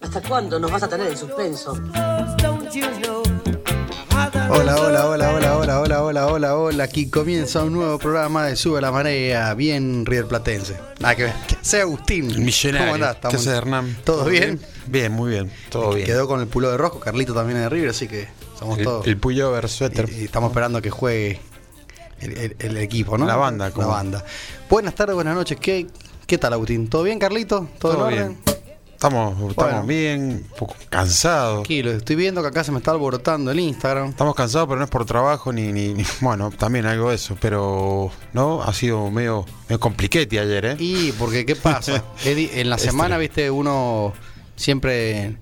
¿Hasta cuándo nos vas a tener en suspenso? Hola, hola, hola, hola, hola, hola, hola, hola, hola. Aquí comienza un nuevo programa de Sube la Marea, bien River Platense. Nada que ver. ¿Qué hace Agustín? Millonario. ¿Cómo andás? ¿Qué haces, Hernán? ¿Todo, bien? Bien, muy bien. Todo bien. Quedó con el pulo de rojo, Carlito también es de River, así que somos el, todos. el pullover suéter. y, y estamos esperando que juegue el, el- el equipo, ¿no? La banda, La como- banda. Buenas tardes, buenas noches. ¿Qué, qué tal, Agustín? ¿Todo bien, Carlito? ¿Todo, Todo en bien. orden? Estamos, estamos Bueno. bien, un poco cansados. Tranquilo, estoy viendo que acá se me está alborotando el Instagram. Estamos cansados, pero no es por trabajo ni, ni, ni- Bueno, también algo de eso, pero. No, ha sido medio, medio compliquete ayer, ¿eh? Y porque, ¿qué pasa? Eddie, en la Este. semana, viste, uno siempre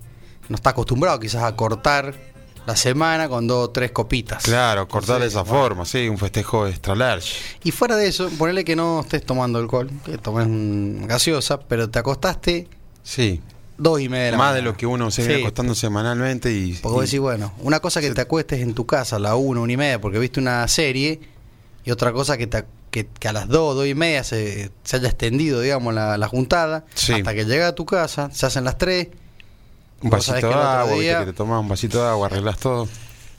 no está acostumbrado quizás a cortar la semana con dos o tres copitas. Claro, cortar de esa forma, sí, un festejo extra large. Y fuera de eso, ponele que no estés tomando alcohol, que tomes mm, gaseosa, pero te acostaste Sí. dos y media de la Más mañana. de lo que uno se Sí. viene acostando semanalmente y. Porque vos y- decís, bueno, una cosa que te acuestes en tu casa a la una, una y media, porque viste una serie, y otra cosa que, te ac- que, que a las dos, dos y media se, se haya extendido, digamos, la, la juntada, Sí. hasta que llega a tu casa, se hacen las tres, un vos sabés vasito de que el otro agua, viste, día- que te tomás un vasito de agua, arreglás todo.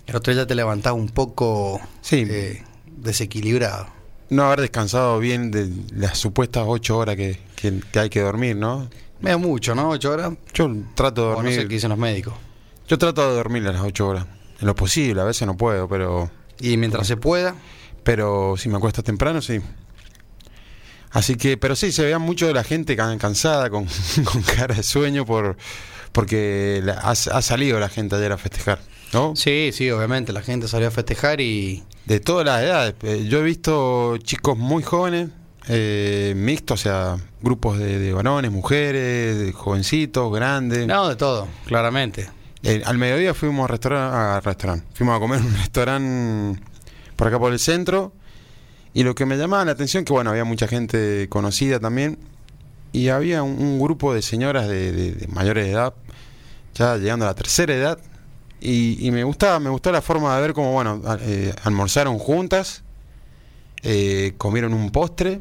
el otro día te levantás un poco Sí. eh, desequilibrado. No haber descansado bien de las supuestas ocho horas que, que- que hay que dormir, ¿no? Medio mucho, ¿no? Ocho horas. Yo trato de O no dormir. sé qué dicen los médicos. Yo trato de dormir a las 8 horas. En lo posible, a veces no puedo, pero. Y mientras se pueda, Pero si me acuesto temprano, sí. Así que, pero sí, se vea mucho de la gente can- cansada, con, con cara de sueño, por porque la- ha, ha salido la gente ayer a festejar, ¿no? sí, sí, obviamente, la gente salió a festejar y... De todas las edades. Eh, Yo he visto chicos muy jóvenes, eh, mixtos, o sea, grupos de, de varones, mujeres, de jovencitos, grandes. No, de todo, claramente. Eh, al mediodía fuimos a restaurante, a restaurante. Fuimos a comer en un restaurante por acá por el centro. Y lo que me llamaba la atención, que bueno, había mucha gente conocida también. Y había un, un grupo de señoras de, de- de mayores de edad, ya llegando a la tercera edad. Y, y me gustaba, me gustó la forma de ver cómo, bueno, a- eh, almorzaron juntas, eh, comieron un postre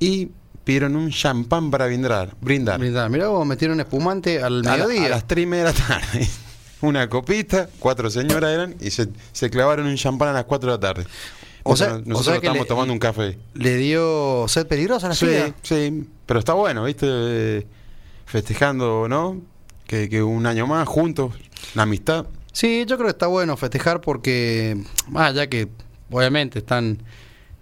y pidieron un champán para brindar. brindar. Mirá, mirá vos, metieron espumante al A la- mediodía. A las 3 y media de la tarde. Una copita, cuatro señoras eran, y se, se clavaron un champán a las 4 de la tarde. O O sea- sea, o sea nosotros que estábamos le- tomando un café. le dio sed peligrosa a la Sí, ciudad. sí, pero está bueno, ¿viste? Eh, Festejando, ¿no? Que, que un año más juntos, la amistad. Sí, yo creo que está bueno festejar porque, más allá que obviamente están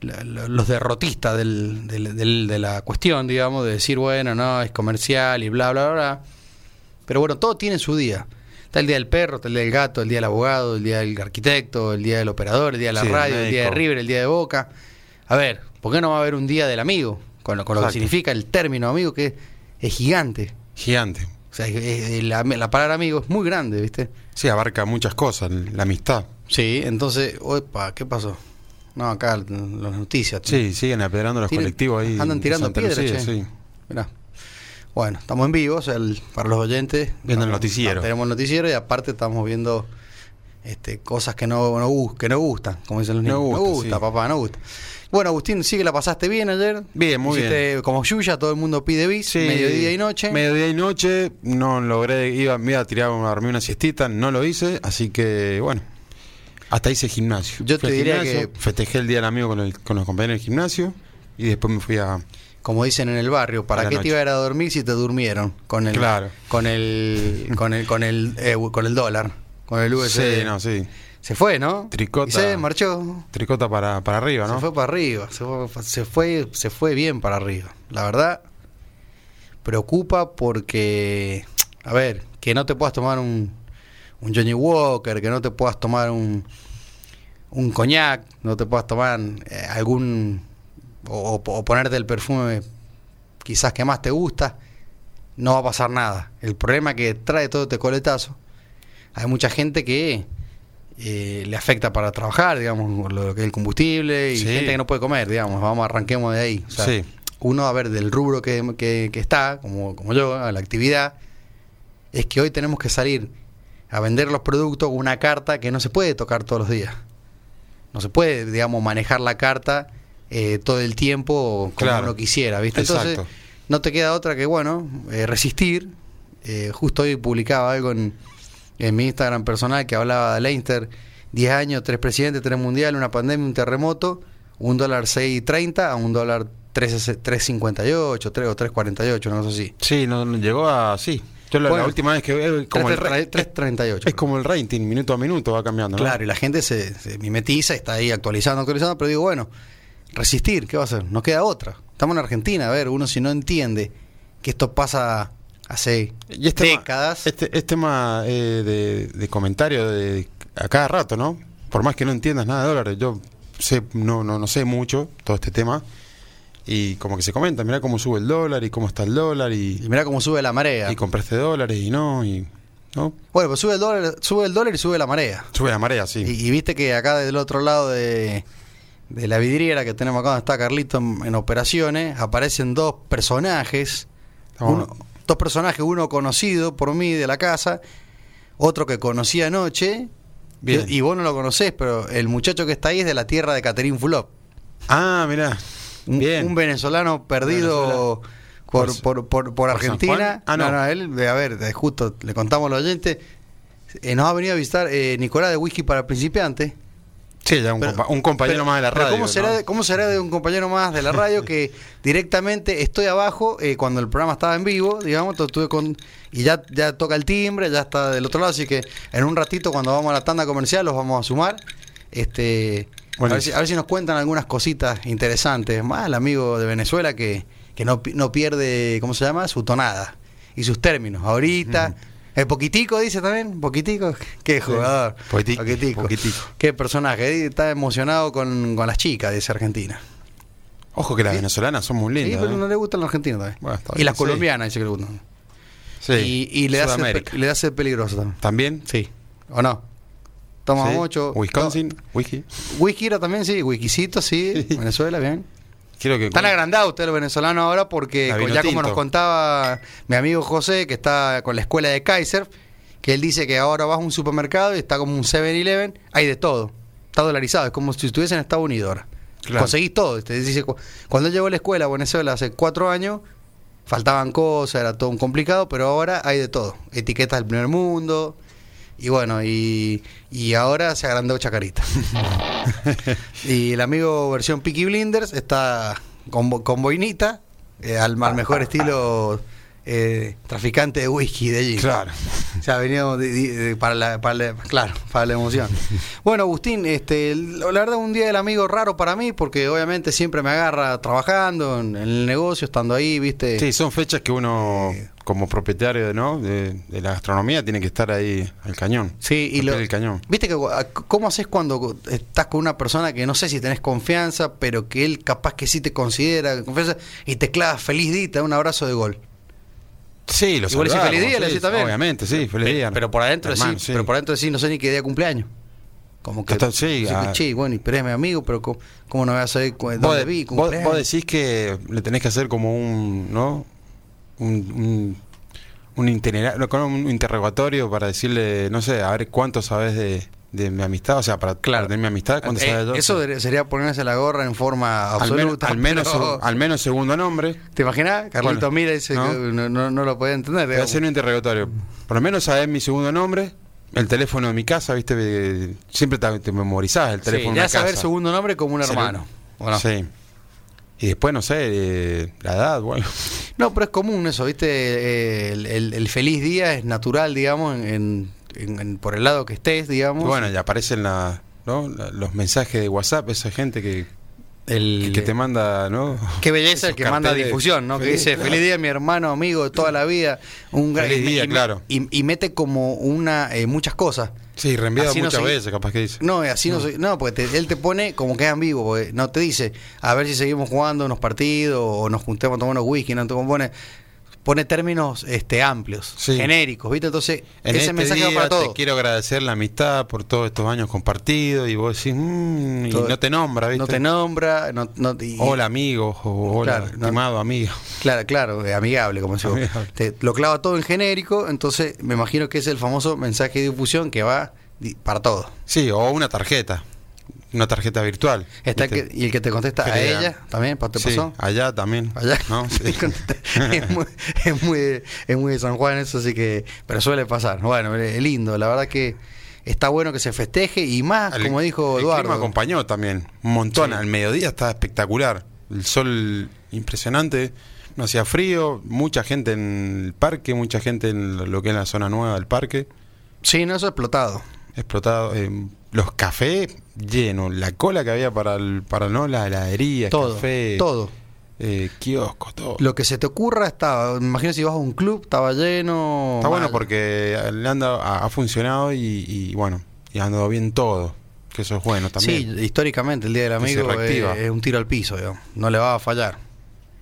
la- la- los derrotistas del- del- del- de la cuestión, digamos, de decir, bueno, no, es comercial y bla, bla, bla. Pero bueno, todo tiene su día. Está el día del perro, está el día del gato, el día del abogado, el día del arquitecto, el día del operador, el día de la Sí, del radio, el día de médico. River, el día de Boca. A ver, ¿por qué no va a haber un día del amigo? Con lo, con lo que Exacto. significa el término amigo, que es- es gigante. Gigante. O sea, es- es- la, la palabra amigo es muy grande, ¿viste? Sí, abarca muchas cosas, la amistad. Sí, entonces, opa, ¿qué pasó? No, acá las noticias. Sí, siguen apedrando los Tiren- colectivos ahí. Andan en tirando Santa piedras, Lucía, che. sí. Mirá. Bueno, estamos en vivo, o sea, el- para los oyentes. Viendo el Estamos- noticiero. Tenemos el noticiero y aparte estamos viendo este, cosas que no, no, gus- que no gustan, como dicen los No niños. gusta, sí. papá, no gusta. Bueno, Agustín, sí que la pasaste bien ayer. Bien, muy Hiciste Como Yuya, todo el mundo pide bis, Sí, mediodía y noche. Mediodía y noche, no logré, iba, me iba a tirar a dormir una siestita, no lo hice, así que bueno, hasta hice gimnasio. Yo te al diría gimnasio, que- Festejé el día del amigo con, el- con los compañeros del gimnasio y después me fui a... como dicen en el barrio, A ¿para la qué te noche. iba a ir a dormir si te durmieron con el Claro. con el con el con el eh, con el dólar, con el USD? Sí, no, sí. Se fue, ¿no? Tricota. Y se marchó. Tricota para, para arriba, Se ¿no? fue para arriba, se fue, se fue se fue bien para arriba. La verdad preocupa porque a ver, que no te puedas tomar un un Johnny Walker, que no te puedas tomar un un coñac, no te puedas tomar eh, algún o, o- o ponerte el perfume quizás que más te gusta, no va a pasar nada. El problema que trae todo este coletazo, hay mucha gente que eh, le afecta para trabajar, digamos, lo que es el combustible y Sí. gente que no puede comer, digamos, vamos, arranquemos de ahí. O sea, Sí. Uno, a ver, del rubro que, que- que está, como, como yo, a la actividad, es que hoy tenemos que salir a vender los productos con una carta que no se puede tocar todos los días. No se puede, digamos, manejar la carta eh, todo el tiempo como Claro. uno quisiera, ¿viste? Exacto. Entonces, no te queda otra que, bueno, eh, resistir. Eh, justo hoy publicaba algo en, en mi Instagram personal que hablaba de Leinster, 10 años, tres presidentes, tres mundiales, una pandemia, un terremoto, un dólar 6.30 a un dólar 3.58, 3 o 3.48, una cosa así. Sí, no, no, llegó a. Sí. Yo la, la Bueno. última vez que veo. es Como el, ra- 3.38. es como el rating, minuto a minuto va cambiando. ¿no? Claro, y la gente se, se mimetiza, está ahí actualizando, actualizando, pero digo, bueno, resistir, ¿qué va a hacer? No queda otra. Estamos en Argentina, a ver, uno si no entiende que esto pasa hace Y es tema- décadas. este, es tema eh, de, de comentario de, a cada rato, ¿no? Por más que no entiendas nada de dólares, yo sé, no, no, no sé mucho todo este tema. Y como que se comenta, mirá cómo sube el dólar y cómo está el dólar Y y, mira cómo sube la marea. y compraste dólares y no, y no. Bueno, pues sube el dólar, sube el dólar y sube la marea. Sube la marea, sí. Y, y viste que acá del otro lado de, de la vidriera que tenemos acá donde está Carlito en, en operaciones, aparecen dos personajes. Estamos- Uno- dos personajes, uno conocido por mí de la casa, otro que conocí anoche. Bien. Y, y vos no lo conocés, pero el muchacho que está ahí es de la tierra de Caterín Fulop. Ah, mirá. Un, Bien. un venezolano perdido por, Por- por, por- por San Argentina. Juan? Ah, no. no, él, eh, a ver, eh, justo le contamos a los oyentes. eh, nos ha venido a visitar eh, Nicolás de Whisky para principiantes. sí, ya un, Pero- compa- un compañero pero- más de la pero radio. ¿cómo, será, ¿no? de- ¿Cómo será de un compañero más de la radio que directamente estoy abajo eh, cuando el programa estaba en vivo, digamos, to- estuve con, y ya, ya toca el timbre, ya está del otro lado, así que en un ratito cuando vamos a la tanda comercial los vamos a sumar. Este, a, Buenísimo. ver si, a ver si nos cuentan algunas cositas interesantes. Más el amigo de Venezuela que, que no, pi- no pierde, ¿cómo se llama? Su tonada y sus términos. Ahorita... El poquitico dice también, poquitico, qué jugador. Poquitico, poquitico. poquitico. Qué personaje, eh, está emocionado con, con las chicas, dice Argentina. Ojo que las venezolanas son muy Sí, lindas. pero ¿eh? no le gustan las argentinas también. Bueno, está y bien, las sí. colombianas, dice que le gustan. Sí. Y, y le, hace, Sudamérica. pe- le hace peligroso también. ¿También? Sí. ¿O no? Toma Sí. mucho. Wisconsin, whisky. No, Whiskyra también, sí. Whiskycito, sí. Venezuela, bien. Quiero que Están agrandados ustedes los venezolanos ahora porque A co- vino ya como tinto. nos contaba mi amigo José, que está con la escuela de Kaiser, que él dice que ahora vas a un supermercado y está como un 7-Eleven, hay de todo. Está dolarizado, es como si estuviese en Estados Unidos ahora. Claro. Conseguís todo. Te dice, cu- cuando él llegó a la escuela a Venezuela hace cuatro años, faltaban cosas, era todo un complicado, pero ahora hay de todo. Etiquetas del primer mundo. Y bueno, y, y ahora se agrandó Chacarita. y el amigo versión Peaky Blinders está con, bo- con boinita, eh, al, al mejor estilo eh, traficante de whisky de allí. Claro. O sea, veníamos de- de- de- para, la, para la- claro, para la emoción. Bueno, Agustín, este, el- la verdad un día del amigo raro para mí, porque obviamente siempre me agarra trabajando en, en el negocio, estando ahí, viste. Sí, son fechas que uno, como propietario ¿no? de, de la gastronomía, tiene que estar ahí al cañón. Sí, y Al lo, pie del cañón. Viste que a- cómo haces cuando estás con una persona que no sé si tenés confianza, pero que él capaz que sí te considera confianza y te clavas feliz día y te da un abrazo de gol. Sí, lo Igual le decís saludamos, feliz día, sí, le decís también. Obviamente, sí, feliz día. Pero por adentro Hermano, sí, pero por adentro sí no sé ni qué día cumpleaños. Como que Total, sí, yo que, ah. che, bueno, y pero es mi amigo, pero co- cómo no voy a saber cu- Vos, dónde vi, vos- vos cumpleaños? decís que le tenés que hacer como un, ¿no? Un, un, un itinera- no, como un interrogatorio para decirle, no sé, a ver cuánto sabes de, de mi amistad, o sea, para, para tener mi amistad, cuánto Eh, sabes de eso de- sería ponerse la gorra en forma al, men- absoluta. al menos, pero- segu- al menos segundo nombre. ¿Te imaginas? Carlito Bueno, mira y dice ¿no? que no, no- no lo puede entender. Voy a hacer un interrogatorio. Por lo menos sabes mi segundo nombre, el teléfono de mi casa, ¿viste? Eh, Siempre te, te memorizás el Sí, teléfono de ya la casa. saber segundo nombre como un Sería- hermano. ¿o no? Sí. Y después, no sé, eh, la edad, bueno. No, pero es común eso, ¿viste? Eh, El, el- el feliz día es natural, digamos, en, en- en- por el lado que estés, digamos. bueno, y aparecen la- ¿no? La- los mensajes de WhatsApp, esa gente que, el, que, te manda, ¿no? Qué belleza el esos que manda carteles. difusión, ¿no? Que Feliz, dice, claro. feliz día, mi hermano, amigo, de toda la vida. Un gran- Feliz y me- día, y me- claro. Y, y mete como una, eh, muchas cosas. Sí, reenviado Así no muchas segui- veces, capaz que dice. No, eh, así no soy- No, porque te- él te pone como que es ambiguo, porque no te dice, a ver si seguimos jugando unos partidos o nos juntemos a tomar unos whisky, no te pone. Pone términos este, amplios, Sí. genéricos, ¿viste? Entonces, En ese este mensaje día va para Te todos. quiero agradecer la amistad por todos estos años compartidos y vos decís, mm, y Todo- no te nombra, ¿viste? No te nombra, no, no- y- Hola amigos, o hola Claro, no- estimado amigo. Claro, claro, eh, amigable, como se Amigable. Te Lo clava todo en genérico, entonces me imagino que es el famoso mensaje de difusión que va di- para todo. Sí, o una tarjeta. una tarjeta virtual. Está ¿viste? que- y el que te contesta a Genera- ella también, pa- ¿te Sí, pasó? Allá también. Allá. ¿no? Sí. es, muy, es, muy de, es muy de San Juan eso, así que... Pero suele pasar. Bueno, eh, es lindo. La verdad que está bueno que se festeje y más, El- como dijo El clima Eduardo. acompañó también un montón. Al mediodía estaba espectacular. El sol impresionante. No hacía frío. Mucha gente en el parque. Mucha gente en lo que es la zona nueva del parque. Sí, no, eso ha explotado. Explotado. eh, los cafés llenos. La cola que había para, el, para no, las heladerías, todo, café, todo. eh, kiosco, todo. Lo que se te ocurra estaba... Imagino si vas a un club, estaba lleno... Está bueno mal. porque le han dado- ha, ha funcionado y, y, bueno, y ha andado bien todo. Que eso es bueno también. Sí, históricamente el Día del Que se Amigo es, reactiva. es un tiro al piso, digamos. no le va a fallar.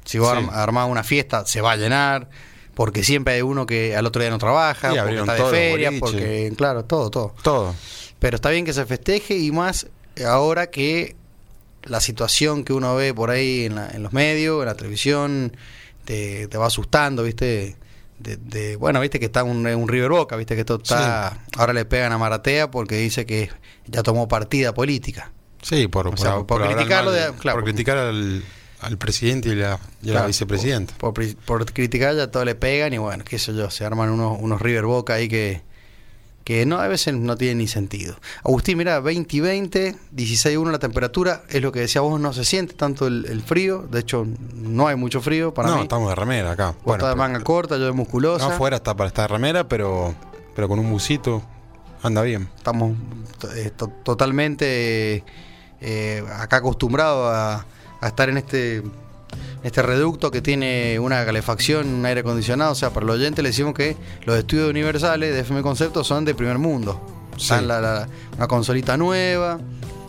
Si vos Sí. arm- armás una fiesta, se va a llenar, porque siempre hay uno que al otro día no trabaja, Y porque abrieron está de todos los feria, boliches. porque, claro, todo, todo. Todo. Pero está bien que se festeje y más ahora que la situación que uno ve por ahí en, la- en los medios, en la televisión, te, te va asustando, ¿viste? De, de- bueno, viste que está un, un River Boca, viste que esto está. Ahora le pegan a Maratea porque dice que ya tomó partida política. Sí, por, por- sea, por por hablar criticarlo mal, de- claro, por por- criticar al, al presidente y la, y a la Claro, vicepresidenta. Por, pri- por criticar ya todo le pegan y bueno, qué sé yo, se arman unos, unos River Boca ahí que, que no, a veces no tiene ni sentido. Agustín, mira, 20 y 20, 16 y 1 la temperatura, es lo que decía vos, no se siente tanto el, el frío, de hecho no hay mucho frío para no, mí. estamos de remera acá. Vos estás de pero- manga corta, yo de musculosa. no, afuera está para estar de remera, pero, pero con un busito anda bien. Estamos eh, to- totalmente eh, acá acostumbrados a, a estar en este, este reducto que tiene una calefacción, un aire acondicionado. O sea, para los oyentes le decimos que los estudios universales de FM Concepto son de primer mundo. Sí. Están la- la- una consolita nueva,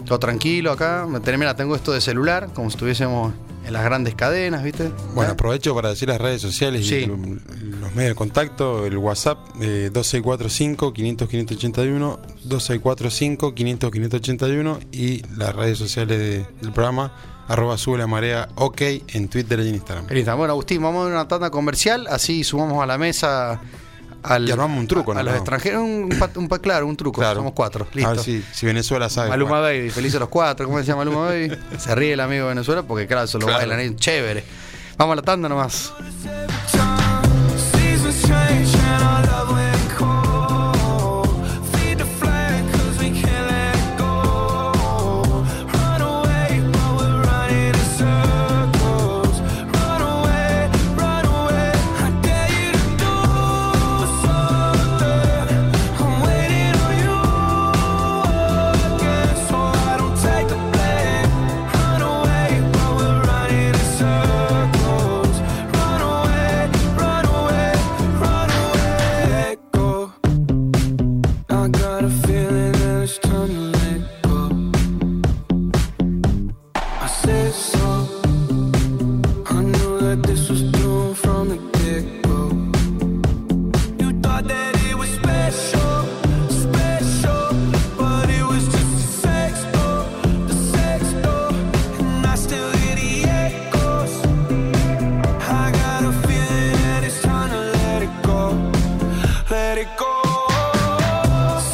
todo tranquilo acá. Me- ten- Mira, tengo esto de celular, como si estuviésemos en las grandes cadenas, ¿viste? Bueno, ¿Eh? aprovecho para decir las redes sociales Sí. y lo- los medios de contacto, el WhatsApp eh, 2645-500-581, 2645-500-581 y las redes sociales de- del programa, arroba sube la marea, ok, en Twitter y en Instagram. Ahí está. Bueno, Agustín, vamos a una tanda comercial, así sumamos a la mesa al, Y armamos un truco, a, ¿no? a los extranjeros, un, pa- un pa- claro, un truco, Claro. somos cuatro, A ver listo. si, si Venezuela sabe. Maluma jugar. Baby, felices los cuatro, ¿cómo decía Maluma Baby? Se ríe el amigo de Venezuela porque claro, se lo Claro. bailan, es chévere. Vamos a la tanda nomás. Seasons change and our love went cold. Feed the flame 'cause we can't let go. Run away, but we're running in circles. Run away, run away. I dare you to do something. I'm waiting on you again, so I don't take the blame. Run away, but we're running in circles. Run away, run away, run away. Let go. I got a feeling that it's time to let go. I said so. I knew that this was doomed from the get go. You thought that it was special, special, but it was just a sex doll, the sex doll, and I still hear the echoes. I got a feeling that it's time to let it go, let it go.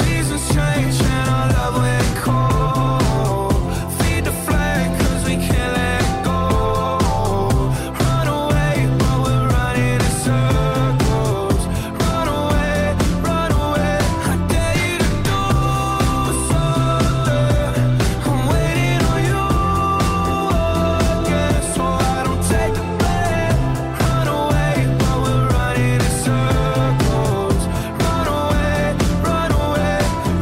Seasons change and our love went cold. Feed the flame 'cause we can't let go. Run away, but we're running in circles. Run away, run away. I dare you to do something. I'm waiting on you again, so I don't take the blame. Run away, but we're running in circles. Run away, run away,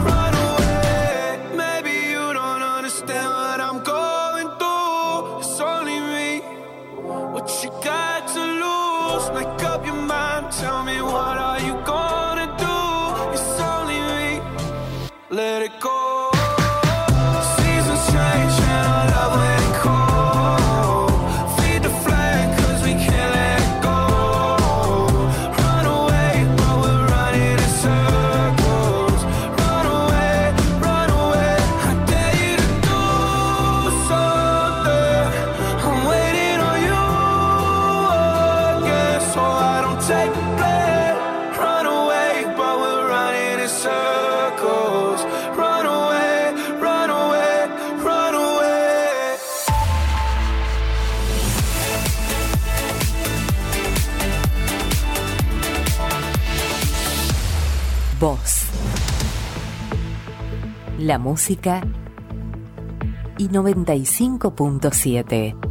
run away. Maybe you don't understand what I'm going through. It's only me. What you got to lose? Make up your mind. Tell me what are you gonna do? It's only me. Let it go. Seasons change and our love went cold. Feed the flame 'cause we can't let go. Run away, but we're running in circles. Run away, run away. I dare you to do something. I'm waiting on you again, so I don't take the blame. Run away, but we're running in circles. Run away, run away, run Vos. La música y 95.7.